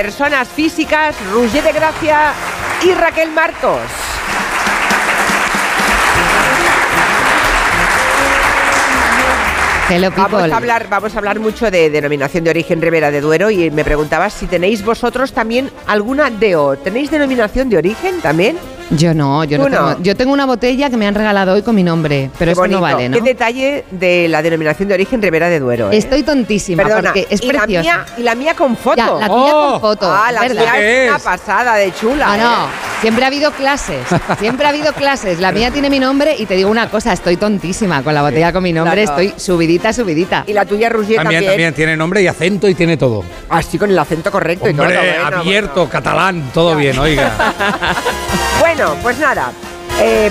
personas físicas, Roger de Gracia y Raquel Martos. Hello, Vamos people. a, hablar, vamos a hablar mucho de denominación de origen Ribera de Duero y me preguntaba si tenéis vosotros también alguna DO. ¿Tenéis denominación de origen también? Yo no, yo no, Tú no. Tengo, yo tengo una botella que me han regalado hoy con mi nombre, pero Qué eso bonito. no vale, ¿no? Qué detalle de la denominación de origen Ribera de Duero. ¿eh? Estoy tontísima Perdona, porque es y la, preciosa. mía, y la mía con foto. Ya, la tuya ¡Oh! con foto. ah, es la verdad. mía es una Es. pasada de chula. Ah, no, ¿eh? siempre ha habido clases, siempre ha habido clases. La mía tiene mi nombre y te digo una cosa, estoy tontísima con la botella con mi nombre, Claro. estoy subidita, subidita. ¿eh? Y la tuya, Roger, También, también. también, tiene nombre y acento y tiene todo. Así con el acento correcto y todo. Hombre, bueno, abierto, bueno. catalán, todo bien, oiga. Bueno, pues nada. eh,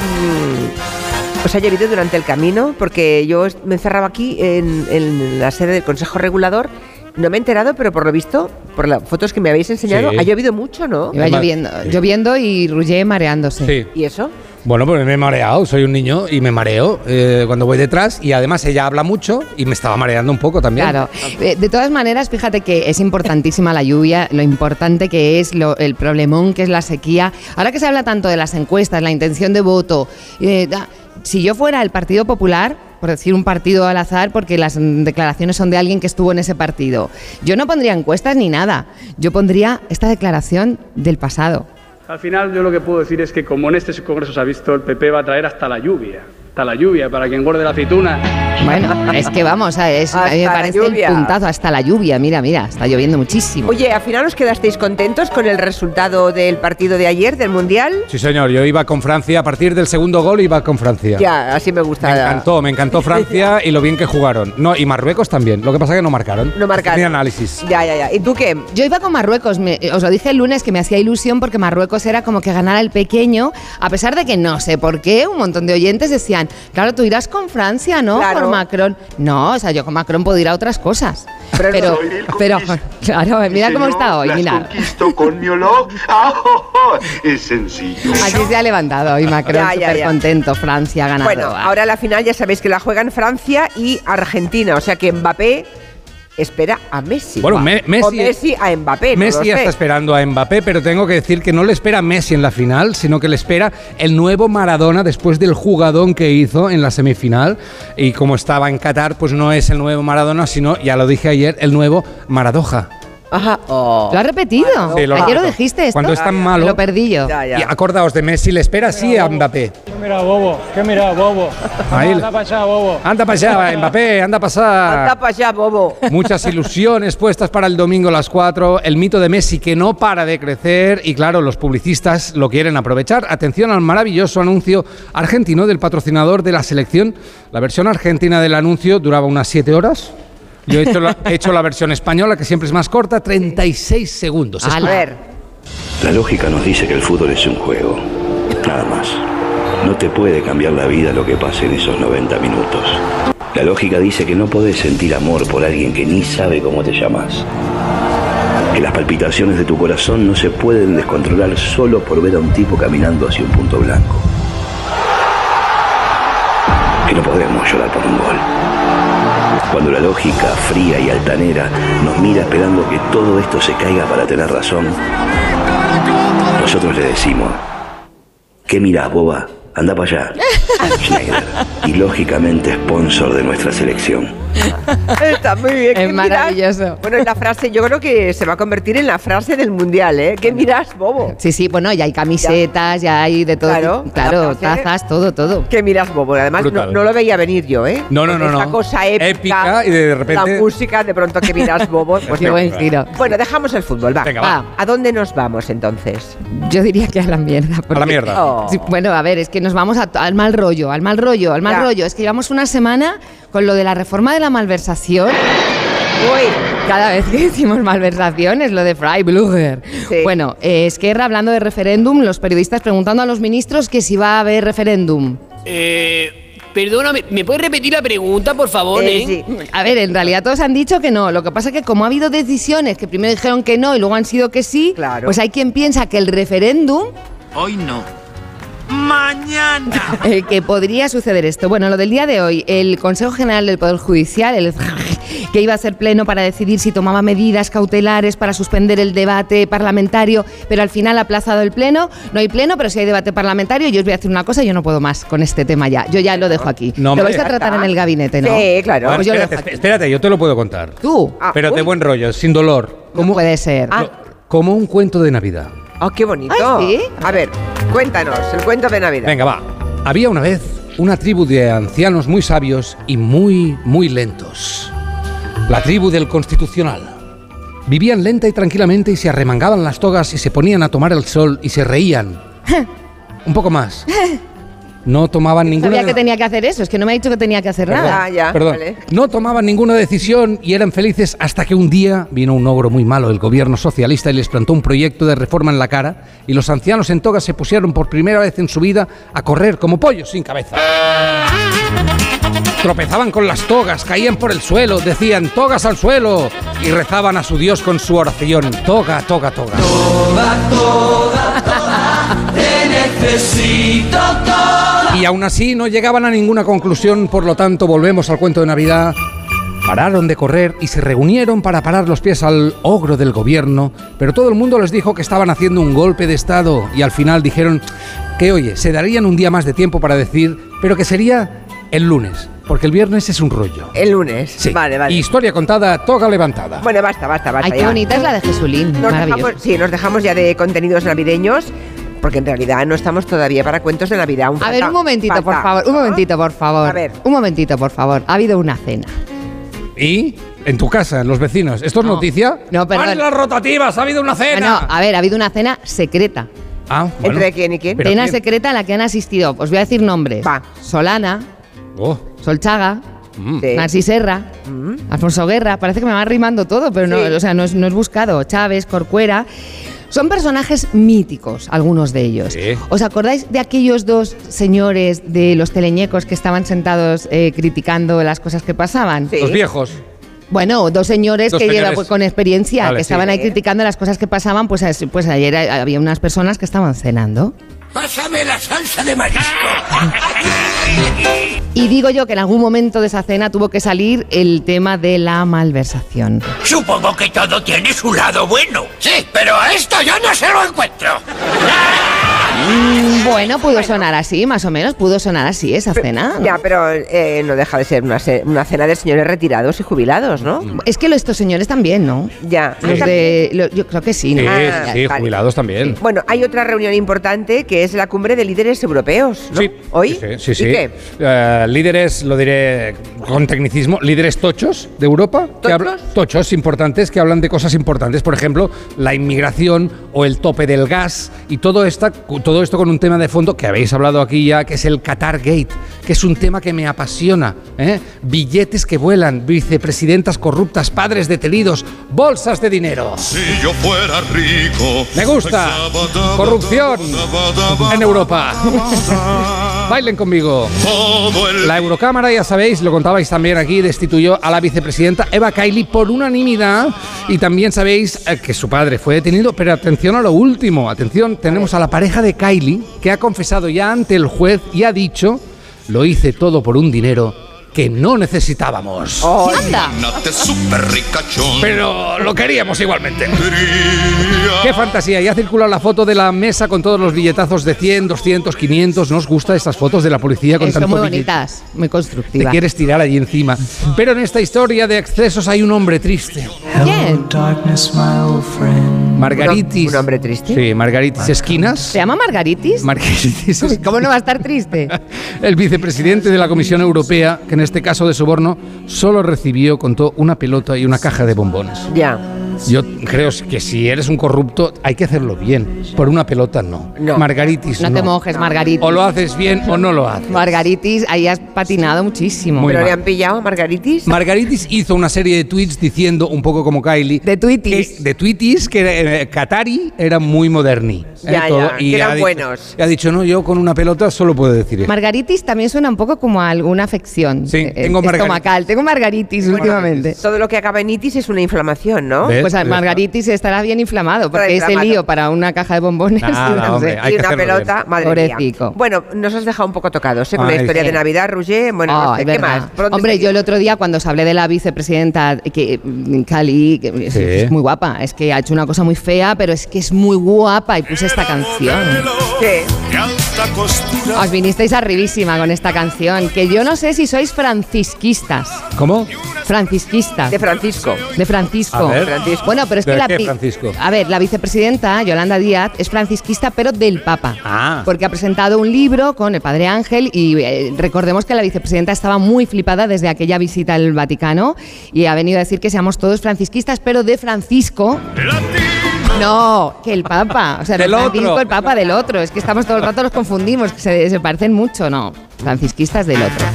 os ha llovido durante el camino porque yo est- me encerraba aquí en, en la sede del Consejo Regulador. No me he enterado, pero por lo visto, por las fotos que me habéis enseñado, Sí. ha llovido mucho, ¿no? Iba Además, lloviendo, sí. lloviendo y Rullé mareándose. Sí. ¿Y eso? Bueno, pues me he mareado, soy un niño y me mareo eh, cuando voy detrás y además ella habla mucho y me estaba mareando un poco también. Claro. Eh, De todas maneras, fíjate que es importantísima la lluvia, lo importante que es, lo- el problemón que es la sequía. Ahora que se habla tanto de las encuestas, la intención de voto, eh, da- si yo fuera el Partido Popular, por decir un partido al azar, porque las mm, declaraciones son de alguien que estuvo en ese partido, yo no pondría encuestas ni nada. Yo pondría esta declaración del pasado. Al final yo lo que puedo decir es que como en este congreso se ha visto, el PP va a traer hasta la lluvia, hasta la lluvia para que engorde la aceituna. Bueno, es que vamos, a- es, a mí me Hasta la parece el lluvia. puntazo hasta la lluvia. Mira, mira, está lloviendo muchísimo. Oye, ¿al final os quedasteis contentos con el resultado del partido de ayer, del Mundial? Sí, señor, yo iba con Francia, a partir del segundo gol iba con Francia. Ya, así me gusta. Me encantó, me encantó Francia y lo bien que jugaron. No, y Marruecos también. Lo que pasa es que no marcaron. No marcar. Tenía análisis. Ya, ya, ya. ¿Y tú qué? Yo iba con Marruecos, me- eh, os lo dije el lunes que me hacía ilusión porque Marruecos era como que ganara el pequeño, a pesar de que no sé por qué, un montón de oyentes decían, claro, tú irás con Francia, ¿no? Claro. Por Macron. No, o sea, yo con Macron puedo ir a otras cosas. Pero Pero, no. pero, Soy del conquist- claro, mira Sí, cómo yo está hoy, las mira. conquisto con mi olor. Ah, oh, oh, Es sencillo. Así se ha levantado hoy Macron, Ya, ya, súper ya. contento, Francia ha ganado. Bueno, Ah. ahora la final ya sabéis que la juegan Francia y Argentina, o sea que Mbappé espera a Messi. Bueno, Me- Messi- O Messi a Mbappé. no lo Messi ya sé. está esperando a Mbappé, pero tengo que decir que no le espera Messi en la final, sino que le espera el nuevo Maradona después del jugadón que hizo en la semifinal. Y como estaba en Qatar, pues no es el nuevo Maradona, sino, ya lo dije ayer, el nuevo Maradoja. Ajá. Oh. ¿Lo has repetido? Sí, lo Ayer lo repito. dijiste esto. Cuando es tan malo- Lo perdí yo. Ah, Ya, ya. Y acordaos de Messi, le espera así a Mbappé. ¿Qué mira, bobo? ¿Qué mira, bobo? Ahí. Anda para allá, bobo. Anda para allá, Mbappé, anda para Anda allá. para allá, bobo. Muchas ilusiones puestas para el domingo a las 4. El mito de Messi que no para de crecer. Y claro, los publicistas lo quieren aprovechar. Atención al maravilloso anuncio argentino del patrocinador de la selección. La versión argentina del anuncio duraba unas 7 horas. Yo he hecho, la, he hecho la versión española, que siempre es más corta, 36 segundos. A Ala. ver, La lógica nos dice que el fútbol es un juego, nada más. No te puede cambiar la vida lo que pase en esos 90 minutos. La lógica dice que no podés sentir amor por alguien que ni sabe cómo te llamas. Que las palpitaciones de tu corazón no se pueden descontrolar solo por ver a un tipo caminando hacia un punto blanco. Que no podemos llorar por un gol. Cuando la lógica fría y altanera nos mira esperando que todo esto se caiga para tener razón, nosotros le decimos, ¿qué mirás, boba? Anda para allá. Schneider, y lógicamente sponsor de nuestra selección. está muy bien. Es ¿Qué miras? maravilloso. Bueno, es la frase, yo creo que se va a convertir en la frase del mundial, ¿eh? ¿Qué miras, bobo? Sí, sí, bueno, ya hay camisetas, ya hay de todo. Claro, tipo. claro la frase- tazas, todo, todo. ¿Qué miras, bobo? Además, no, Brutal. no lo veía venir yo, ¿eh? No, no, Con no, Esta no. cosa épica. Épica y de repente- La música, de pronto, ¿qué miras, bobo? Pues Qué no. buen giro. Bueno, dejamos el fútbol, va. Ah, Venga, va. ¿A dónde nos vamos entonces? Yo diría que a la mierda. porque- mierda. Oh. Sí, bueno, a ver, es que nos vamos a- al mal rollo, al mal rollo, al mal Ya. rollo. Es que llevamos una semana con lo de la reforma de la malversación. Uy, Cada vez que decimos malversación es lo de Freiburger. Sí. Bueno, eh, Esquerra hablando de referéndum, los periodistas preguntando a los ministros que si va a haber referéndum. Eh, perdóname, ¿me puedes repetir la pregunta, por favor? eh, eh? sí. A ver, en realidad todos han dicho que no. Lo que pasa es que como ha habido decisiones que primero dijeron que no y luego han sido que sí, Claro. pues hay quien piensa que el referéndum... Hoy no. Mañana. que podría suceder esto. Bueno, lo del día de hoy, el Consejo General del Poder Judicial, el que iba a ser pleno para decidir si tomaba medidas cautelares para suspender el debate parlamentario, pero al final ha aplazado el pleno. No hay pleno, pero si hay debate parlamentario, yo os voy a decir una cosa, yo no puedo más con este tema ya. Yo ya lo dejo aquí. No, lo hombre. vais a tratar en el gabinete, ¿no? Sí, claro. Bueno, Pues yo lo espérate, dejo aquí. espérate, yo te lo puedo contar. Tú. Ah, Pero de uy. buen rollo, sin dolor. ¿Cómo puede ser? Ah. Lo- Como un cuento de Navidad. Ah, qué bonito. Ah, ¿sí? A ver, cuéntanos, el cuento de Navidad. Venga, va. Había una vez una tribu de ancianos muy sabios y muy, muy lentos. La tribu del Constitucional. Vivían lenta y tranquilamente y se arremangaban las togas y se ponían a tomar el sol y se reían. Un poco más. No tomaban ninguna... Sabía de- que tenía que hacer eso, es que no me ha dicho que tenía que hacer Perdón, nada. Ah, ya, perdón. vale. No tomaban ninguna decisión y eran felices hasta que un día vino un ogro muy malo del gobierno socialista y les plantó un proyecto de reforma en la cara y los ancianos en toga se pusieron por primera vez en su vida a correr como pollos sin cabeza. Tropezaban con las togas, caían por el suelo, decían togas al suelo y rezaban a su Dios con su oración, toga, toga, toga. Y aún así no llegaban a ninguna conclusión, por lo tanto volvemos al cuento de Navidad. Pararon de correr y se reunieron para parar los pies al ogro del gobierno, pero todo el mundo les dijo que estaban haciendo un golpe de Estado y al final dijeron que, oye, se darían un día más de tiempo para decir, pero que sería el lunes, porque el viernes es un rollo. El lunes. Sí. Vale, vale. Historia contada, toga levantada. Bueno, basta, basta, basta. Ay, qué ya. bonita es la de Jesulín. Nos Maravilloso. dejamos, sí, nos dejamos ya de contenidos navideños, porque en realidad no estamos todavía para cuentos de Navidad. aún A falta- ver, un momentito, falta. por favor, un momentito, por favor. A ver. Un momentito, por favor. Ha habido una cena. Y en tu casa, los vecinos. ¿Esto es No. noticia? No, perdón. ¡Ay, las rotativas! ¡Ha habido una cena! Ah, no, a ver, ha habido una cena secreta. Ah, bueno. ¿Entre quién y quién? Pero cena quién- secreta a la que han asistido. Os voy a decir nombres. Va. Solana, Oh, Solchaga, mm. Sí. Narcis Serra, Alfonso Guerra. Parece que me va rimando todo, pero no, Mm. Sí. o sea, no es, no es buscado. Chávez, Corcuera. Son personajes míticos, algunos de ellos. Sí. ¿Os acordáis de aquellos dos señores de los teleñecos que estaban sentados eh, criticando las cosas que pasaban? Sí. Los viejos. Bueno, dos señores Dos que señores. llevan pues, con experiencia, Vale, que sí. estaban ahí criticando las cosas que pasaban, pues, as- pues ayer a- había unas personas que estaban cenando. ¡Pásame la salsa de marisco! Y digo yo que en algún momento de esa cena tuvo que salir el tema de la malversación. Supongo que todo tiene su lado bueno. Sí, pero a esto yo no se lo encuentro. Mm, Bueno, pudo sonar así, más o menos, pudo sonar así esa cena. Ya, pero eh, no deja de ser una, ce- una cena de señores retirados y jubilados, ¿no? Mm. Es que lo- estos señores también, ¿no? Ya. Los de- lo- yo creo que sí, Sí, ¿no? Ah, sí, vale. jubilados también. Bueno, hay otra reunión importante que es la cumbre de líderes europeos, ¿no? Sí. ¿Hoy? Sí, sí. sí. ¿Y qué? Eh, líderes, lo diré con tecnicismo, líderes tochos de Europa. que habla- ¿Tochos? tochos importantes que hablan de cosas importantes. Por ejemplo, la inmigración o el tope del gas. Y todo, esta, todo esto con un tema de fondo que habéis hablado aquí ya, que es el Qatar Gate, que es un tema que me apasiona. ¿eh? Billetes que vuelan, vicepresidentas corruptas, padres detenidos, bolsas de dinero. Si yo fuera rico. Me gusta. Corrupción en Europa. Bailen conmigo. Todo el La Eurocámara, ya sabéis, lo contabais también aquí, destituyó a la vicepresidenta Eva Kaili por unanimidad y también sabéis eh, que su padre fue detenido, pero atención a lo último, atención, tenemos a la pareja de Kaili que ha confesado ya ante el juez y ha dicho, lo hice todo por un dinero que no necesitábamos. ¡Anda! nate super ricachón. Pero lo queríamos igualmente. Tendría ¡Qué fantasía! Ya circula la foto de la mesa con todos los billetazos de 100, 200, 500. Nos gustan estas fotos de la policía con Son tanto muy billete. bonitas, muy Te constructivas. quieres tirar allí encima. Pero en esta historia de excesos hay un hombre triste. ¿Quién? Margaritis. Un hombre triste. Sí, Margaritis Esquinas. ¿Se llama Margaritis? Margaritis Esquinas. ¿Cómo no va a estar triste? El vicepresidente de la Comisión Europea, que en este caso de soborno, solo recibió, contó, una pelota y una caja de bombones. Ya. Yo creo que si eres un corrupto, hay que hacerlo bien. Por una pelota, no. No. Margaritis, no. No te mojes, Margaritis. O lo haces bien o no lo haces. Margaritis, ahí has patinado muchísimo. Muy ¿Pero mal. le han pillado a Margaritis? Margaritis hizo una serie de tweets diciendo, un poco como Kylie, de que- Twitis. de tweetis que eh, Qatari era muy moderní. Ya, ya, que eran ha dicho- buenos. y ha dicho, no, yo con una pelota solo puedo decir eso. Margaritis también suena un poco como a alguna afección Sí, eh, tengo margaritis. estomacal. Tengo margaritis últimamente. Todo lo que acaba en itis es una inflamación, ¿no? ¿Ves? Pues pues a Margaritis estará bien inflamado, porque Está ese inflamado. lío para una caja de bombones. Nada, no sé. hombre, hay y que una hacerlo pelota, bien. madre Pobrecico. mía. Bueno, nos has dejado un poco tocados, ¿eh? Con la Ay, historia sí. de Navidad, Roger, bueno, no Ah, sé, es ¿qué verdad. más? Pronto Hombre, yo el seguimos. otro día cuando os hablé de la vicepresidenta que, mm, Cali, que es, Sí. es muy guapa, es que ha hecho una cosa muy fea, pero es que es muy guapa y puse esta canción. Sí. De alta costura. Os vinisteis arribísima con esta canción, que yo no sé si sois francisquistas. ¿Cómo? Francisquistas. De Francisco. De Francisco. A ver. Francisco. Bueno, pero es ¿De que la qué pri- Francisco? A ver, la vicepresidenta Yolanda Díaz es francisquista, pero del Papa. Ah. Porque ha presentado un libro con el Padre Ángel y eh, recordemos que la vicepresidenta estaba muy flipada desde aquella visita al Vaticano y ha venido a decir que seamos todos francisquistas, pero de Francisco. Latino. No, que el Papa, o sea, de Del otro. Francisco, el Papa del otro. Es que estamos todo el rato los confundimos, que se, se parecen mucho, no. Francisquistas del otro.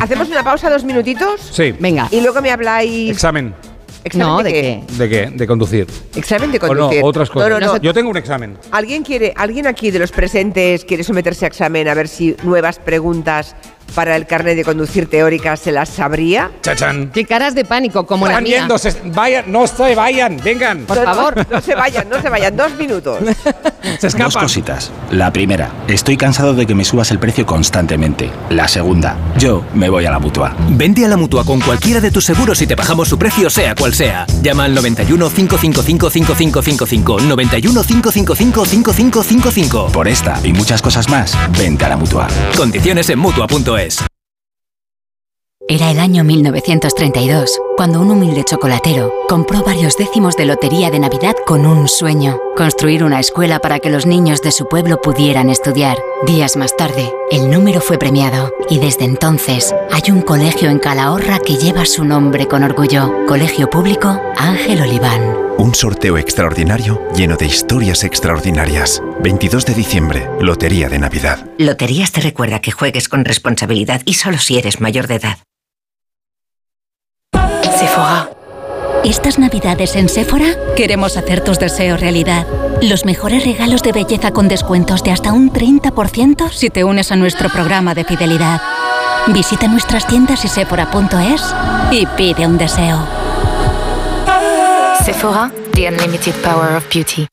Hacemos una pausa, dos minutitos. Sí. Venga. Y luego me habláis. Examen. ¿Examen No, de ¿de qué? qué? ¿De qué? De conducir. Examen de O no, conducir. otras cosas. No, no, no. Yo tengo un examen. ¿Alguien quiere, alguien aquí de los presentes quiere someterse a examen a ver si nuevas preguntas para el carnet de conducir teórica se las sabría? Chachán. Qué caras de pánico, como la Están mía. yendo, se- vayan, no se vayan, vengan. Por No, no, favor. No, se vayan, no se vayan. Dos minutos. Se Dos escapan. cositas. La primera, estoy cansado de que me subas el precio constantemente. La segunda, yo me voy a la mutua. Vente a la mutua con cualquiera de tus seguros y te bajamos su precio, sea cual sea. Llama al 91 555 5555. 91 555 5555. Por esta y muchas cosas más, vente a la mutua. Condiciones en mutua.es. Era el año 1932, cuando un humilde chocolatero compró varios décimos de lotería de Navidad con un sueño, construir una escuela para que los niños de su pueblo pudieran estudiar. Días más tarde, el número fue premiado y desde entonces hay un colegio en Calahorra que lleva su nombre con orgullo, Colegio Público Ángel Oliván. Un sorteo extraordinario lleno de historias extraordinarias. 22 de diciembre, Lotería de Navidad. Loterías te recuerda que juegues con responsabilidad y solo si eres mayor de edad. Estas navidades en Sephora queremos hacer tus deseos realidad. Los mejores regalos de belleza con descuentos de hasta un 30% si te unes a nuestro programa de fidelidad. Visita nuestras tiendas y sephora.es y pide un deseo. Sephora, the unlimited power of beauty.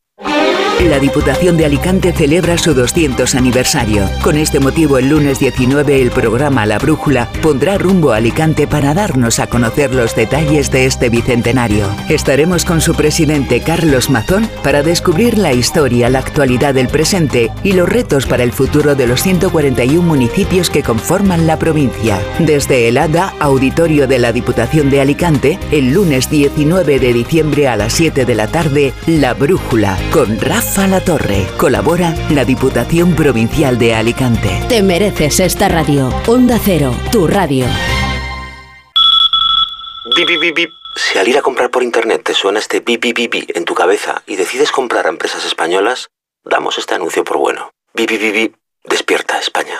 La Diputación de Alicante celebra su 200 aniversario. Con este motivo, el lunes 19, el programa La Brújula pondrá rumbo a Alicante para darnos a conocer los detalles de este bicentenario. Estaremos con su presidente Carlos Mazón para descubrir la historia, la actualidad del presente y los retos para el futuro de los 141 municipios que conforman la provincia. Desde el ADA, Auditorio de la Diputación de Alicante, el lunes 19 de diciembre a las 7 de la tarde, La Brújula, con Rafa La Torre. Colabora la Diputación Provincial de Alicante. Te mereces esta radio. Onda Cero, tu radio. Bip, bip, bip, bip. Si al ir a comprar por internet te suena este bip, bip, bip, bip en tu cabeza y decides comprar a empresas españolas, damos este anuncio por bueno. Bip, bip, bip, bip. Despierta España.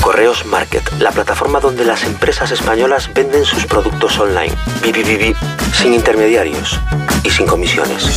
Correos Market, la plataforma donde las empresas españolas venden sus productos online. Bip, bip, bip, bip, sin intermediarios y sin comisiones.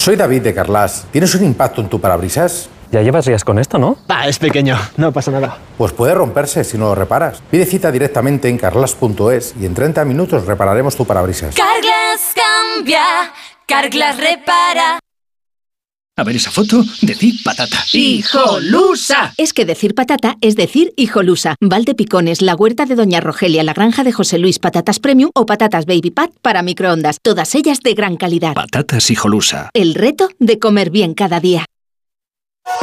Soy David de Carlas. ¿Tienes un impacto en tu parabrisas? Ya llevas días con esto, ¿no? Ah, es pequeño, no pasa nada. Pues puede romperse si no lo reparas. Pide cita directamente en carlas.es y en 30 minutos repararemos tu parabrisas. Carglass cambia, Carglass repara. A ver esa foto, decid patata. ¡Hijolusa! Es que decir patata es decir hijolusa. Valde Picones, la huerta de Doña Rogelia, la granja de José Luis, patatas premium o patatas baby pat para microondas. Todas ellas de gran calidad. Patatas hijolusa. El reto de comer bien cada día.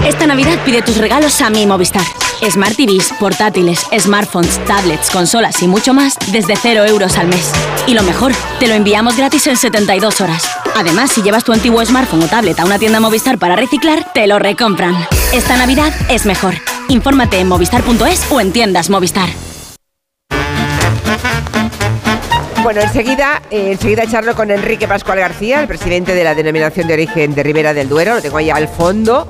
Esta Navidad pide tus regalos a mi Movistar. Smart TVs, portátiles, smartphones, tablets, consolas y mucho más desde 0 euros al mes. Y lo mejor, te lo enviamos gratis en 72 horas. Además, si llevas tu antiguo smartphone o tablet a una tienda Movistar para reciclar, te lo recompran. Esta Navidad es mejor. Infórmate en movistar.es o en tiendas Movistar. Bueno, enseguida, eh, enseguida charlo con Enrique Pascual García, el presidente de la denominación de origen de Ribera del Duero. Lo tengo ahí al fondo,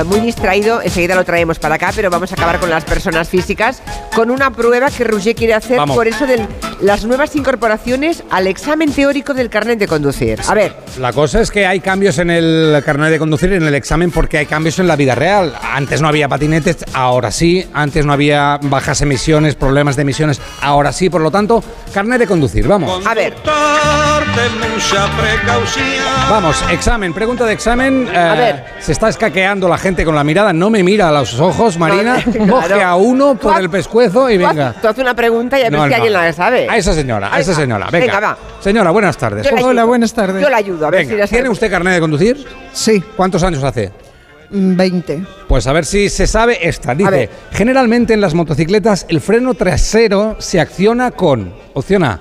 eh, muy distraído. Enseguida lo traemos para acá, pero vamos a acabar con las personas físicas con una prueba que Roger quiere hacer Vamos. por eso de las nuevas incorporaciones al examen teórico del carnet de conducir. A ver, La cosa es que hay cambios en el carnet de conducir, en el examen, porque hay cambios en la vida real. Antes no había patinetes, ahora sí. Antes no había bajas emisiones, problemas de emisiones, ahora sí. Por lo tanto, carnet de conducir, vamos. a ver. Vamos, examen, pregunta de examen. A Eh, ver. Se está escaqueando la gente con la mirada, no me mira a los ojos, Marina. claro. Coge a uno por el pescuezo y venga. Tú haces una pregunta y a ver No, si no. alguien la sabe. A esa señora, a esa señora. Venga, Venga, va. Señora, buenas tardes. Yo la ayudo. buenas tardes. Yo la ayudo, a ver Venga, si la sabe. ¿Tiene usted carnet de conducir? Sí. ¿Cuántos años hace? 20. Pues a ver si se sabe esta. Dice, ver. generalmente en las motocicletas el freno trasero se acciona con, opción A,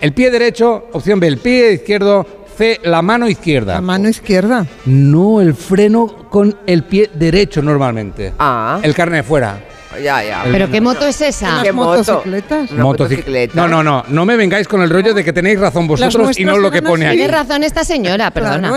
el pie derecho, opción B, el pie izquierdo, C, la mano izquierda. La mano izquierda. No, el freno con el pie derecho normalmente. Ah. El carne de fuera. Ya, ya. El- ¿Pero qué moto es esa? ¿Qué moto? motocicletas? Motoci- No, no, no. No me vengáis con el rollo de que tenéis razón vosotros y no lo que pone aquí. Tiene razón esta señora, perdona.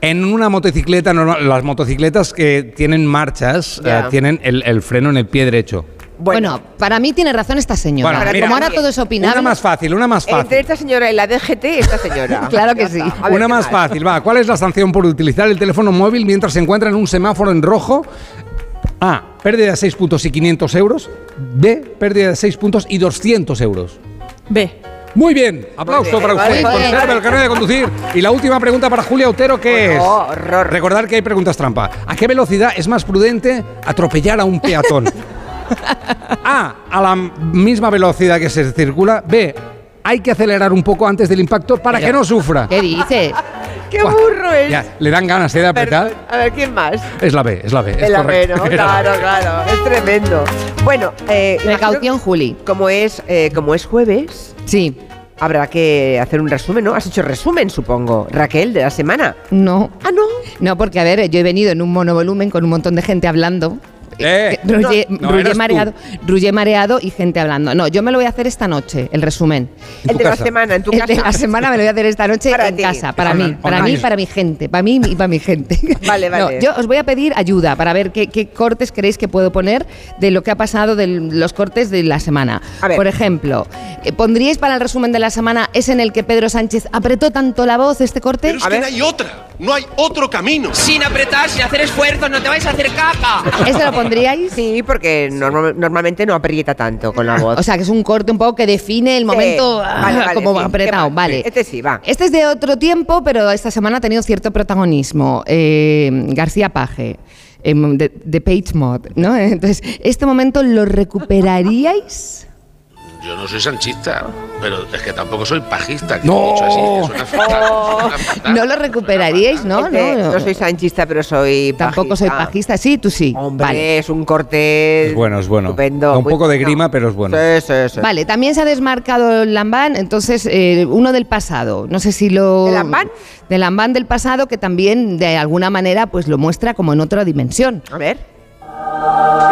En una motocicleta normal, las motocicletas que tienen marchas eh, Ya. tienen el, el freno en el pie derecho. Bueno, para mí tiene razón esta señora. Bueno, mira, Como ahora todo es opinable. Una más fácil, una más fácil. Entre esta señora y la DGT, esta señora. Claro que sí. A ver, una ¿qué más fácil, va. ¿Cuál es la sanción por utilizar el teléfono móvil mientras se encuentra en un semáforo en rojo? A. Pérdida de 6 puntos y 500 euros. B. Pérdida de 6 puntos y 200 euros. B. Muy bien. Aplauso Muy bien, para usted. muy bien. Conserva el carnet de conducir. Y la última pregunta para Julia Otero, que es... Bueno, Recordar que hay preguntas trampa. ¿A qué velocidad es más prudente atropellar a un peatón? A. A la misma velocidad que se circula. B. Hay que acelerar un poco antes del impacto para que no sufra. ¿Qué dice? ¡Qué burro es! Ya, le dan ganas ¿eh, de apretar. A ver, ¿quién más? Es la B, es la B. es El avero, correcto. Es la B. claro, claro. Es tremendo. Bueno, eh, precaución, Juli. Como es, eh, como es jueves, sí. Habrá que hacer un resumen, ¿no? Has hecho resumen, supongo, Raquel, de la semana. No. Ah, no. No, porque a ver, yo he venido en un monovolumen con un montón de gente hablando. Eh, Rullé, no, no, rullé eras tú. mareado, rullé mareado y gente hablando. No, yo me lo voy a hacer esta noche, el resumen. El tu de la casa. semana, en tu El casa. de la semana me lo voy a hacer esta noche Para en ti. casa, para mí, Online, para mí, online. para mi gente, para mí y para mi gente. Vale, No, vale. yo os voy a pedir ayuda para ver qué, qué cortes creéis que puedo poner de lo que ha pasado de los cortes de la semana. Por ejemplo, eh, ¿pondríais para el resumen de la semana ese en el que Pedro Sánchez apretó tanto la voz este corte? Pero es que no hay otra, no hay otro camino. Sin apretar, sin hacer esfuerzos, no te vais a hacer caca. ¿Ese lo pondríais? Sí, porque norma- normalmente no aprieta tanto con la voz. O sea, que es un corte un poco que define el momento Sí. ah, Vale, vale, como sí. apretado, ¿Qué más? vale. Este sí, va. Este es de otro tiempo, pero esta semana ha tenido cierto protagonismo. Eh, García Paje, em, de, de Page Mod, ¿no? Entonces, ¿este momento lo recuperaríais? Yo no soy sanchista, pero es que tampoco soy pajista. Que No. he dicho así, que suena fatal, suena fatal. No lo recuperaríais, Oh. ¿no? Este, no, no soy sanchista, pero soy Tampoco soy pajista, sí, tú sí. Hombre, vale. es un corte Es bueno, es bueno. Estupendo, Da un muy poco de bueno. grima, pero es bueno. Sí, sí, sí. Vale, también se ha desmarcado el Lambán, entonces eh, uno del pasado, no sé si lo... ¿Del Lambán? Del Lambán del pasado que también de alguna manera pues lo muestra como en otra dimensión. A ver.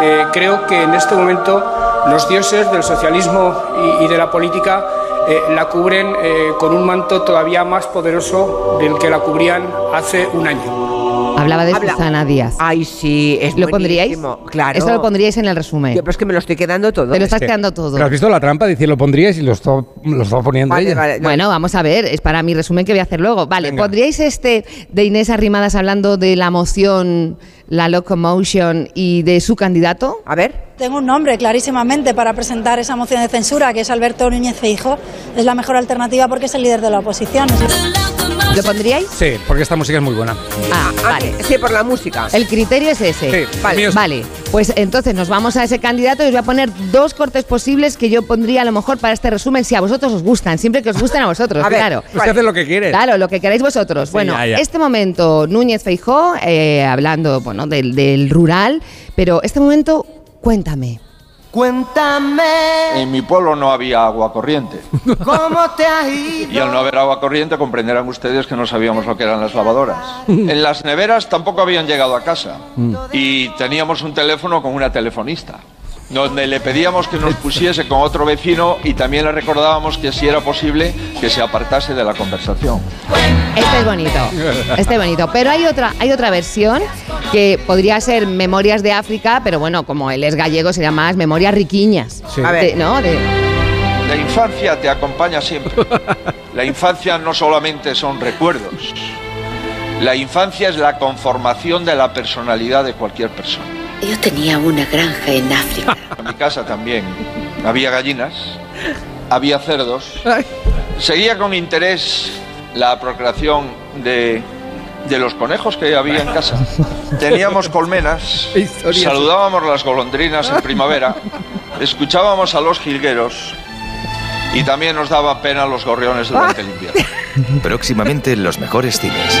Eh, creo que en este momento los dioses del socialismo y, y de la política eh, la cubren eh, con un manto todavía más poderoso del que la cubrían hace un año. Hablaba de Susana Díaz. Ay, sí, Ah, es ¿Lo pondríais? buenísimo, claro. Eso lo pondríais en el resumen. Yo, pues, pero es que me lo estoy quedando todo. Te lo estás Este, quedando todo. ¿Pero has visto la trampa? Dice, lo pondrías y lo está, lo está poniendo ella. Bueno, vamos a ver, es para mi resumen que voy a hacer luego. Vale, ¿podríais este de Inés Arrimadas hablando de la moción, la locomotion y de su candidato? A ver. Tengo un nombre clarísimamente para presentar esa moción de censura, que es Alberto Núñez Feijo. Es la mejor alternativa porque es el líder de la oposición. ¿Lo pondríais? Sí, porque esta música es muy buena. Ah, vale. Sí, por la música. El criterio es ese. Sí, el vale. mío es- Vale. Pues entonces nos vamos a ese candidato y os voy a poner dos cortes posibles que yo pondría a lo mejor para este resumen si a vosotros os gustan, siempre que os gusten a vosotros, A ver, claro. Usted hace lo que quiere. Claro, lo que queráis vosotros. Sí, bueno, ya, ya. este momento Núñez Feijó eh, hablando bueno, del, del rural, pero este momento cuéntame. Cuéntame En mi pueblo no había agua corriente. cómo te has ido. Y al no haber agua corriente comprenderán ustedes que no sabíamos lo que eran las lavadoras. En las neveras tampoco habían llegado a casa. Y teníamos un teléfono con una telefonista, donde le pedíamos que nos pusiese con otro vecino y también le recordábamos que si era posible que se apartase de la conversación. Este es bonito. Este es bonito. Pero hay otra, hay otra versión que podría ser Memorias de África, pero bueno, como él es gallego, será más Memorias Riquiñas. Sí. A De- ver. ¿no? De- La infancia te acompaña siempre. La infancia no solamente son recuerdos. La infancia es la conformación de la personalidad de cualquier persona. Yo tenía una granja en África. En mi casa también había gallinas, había cerdos. Seguía con interés la procreación de, de los conejos que había en casa. Teníamos colmenas, saludábamos las golondrinas en primavera, escuchábamos a los jilgueros y también nos daba pena los gorriones durante el invierno. Próximamente en los mejores cines.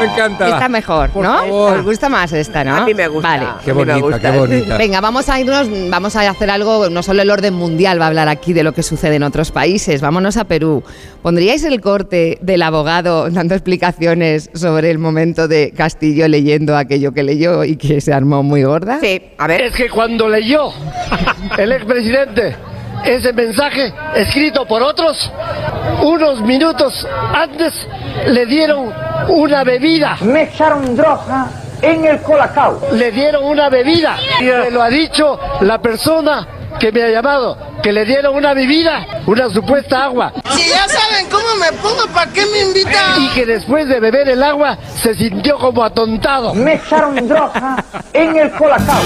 Me encanta. Esta mejor, ¿no? Os gusta más esta, ¿no? A mí me gusta. Vale. Qué bonita, qué bonita. Venga, vamos a irnos, vamos a hacer algo, no solo el orden mundial va a hablar aquí de lo que sucede en otros países, vámonos a Perú. ¿Pondríais el corte del abogado dando explicaciones sobre el momento de Castillo leyendo aquello que leyó y que se armó muy gorda? Sí, a ver. Es que cuando leyó el expresidente ese mensaje escrito por otros, unos minutos antes le dieron una bebida. Me echaron droga en el colacao. Le dieron una bebida. Me lo ha dicho la persona que me ha llamado, que le dieron una bebida, una supuesta agua. Si ya saben cómo me pongo, ¿para qué me invitan? Y que después de beber el agua se sintió como atontado. Me echaron droga en el colacao.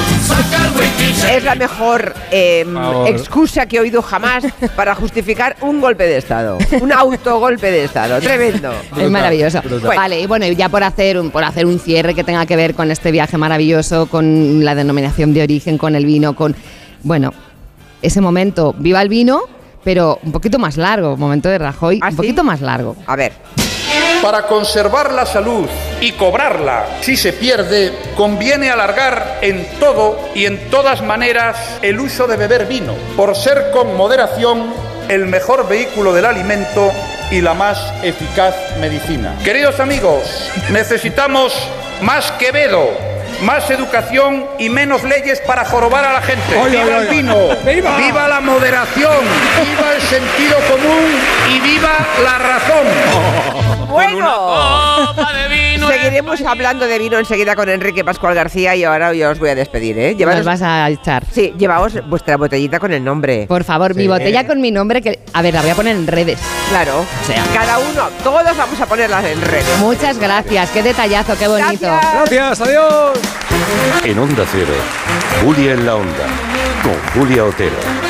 Es la mejor eh, favor. excusa que he oído jamás para justificar un golpe de Estado. Un autogolpe de Estado. Tremendo. Es maravilloso. Bueno, Vale, y bueno, y ya por hacer, un, por hacer un cierre que tenga que ver con este viaje maravilloso, con la denominación de origen, con el vino, con. Bueno, ese momento, viva el vino, pero un poquito más largo, momento de Rajoy, un poquito más largo. A ver. Para conservar la salud y cobrarla si se pierde, conviene alargar en todo y en todas maneras el uso de beber vino, por ser con moderación el mejor vehículo del alimento y la más eficaz medicina. Queridos amigos, necesitamos más Quevedo, más educación y menos leyes para jorobar a la gente. Oye, ¡Viva oye, el oye. vino! ¡Viva! ¡Viva la moderación! ¡Viva el sentido común! ¡Y viva la razón! Bueno, seguiremos hablando de vino enseguida con Enrique Pascual García y ahora yo os voy a despedir, ¿eh? Llevaros- Nos vas a echar. Sí, llevaos vuestra botellita con el nombre. Por favor, mi Sí. botella con mi nombre, que. A ver, la voy a poner en redes. Claro. Cada uno, todos vamos a ponerlas en redes. Muchas gracias, qué detallazo, qué bonito. Gracias, adiós. En Onda Cero, Julia en la Onda, con Julia Otero.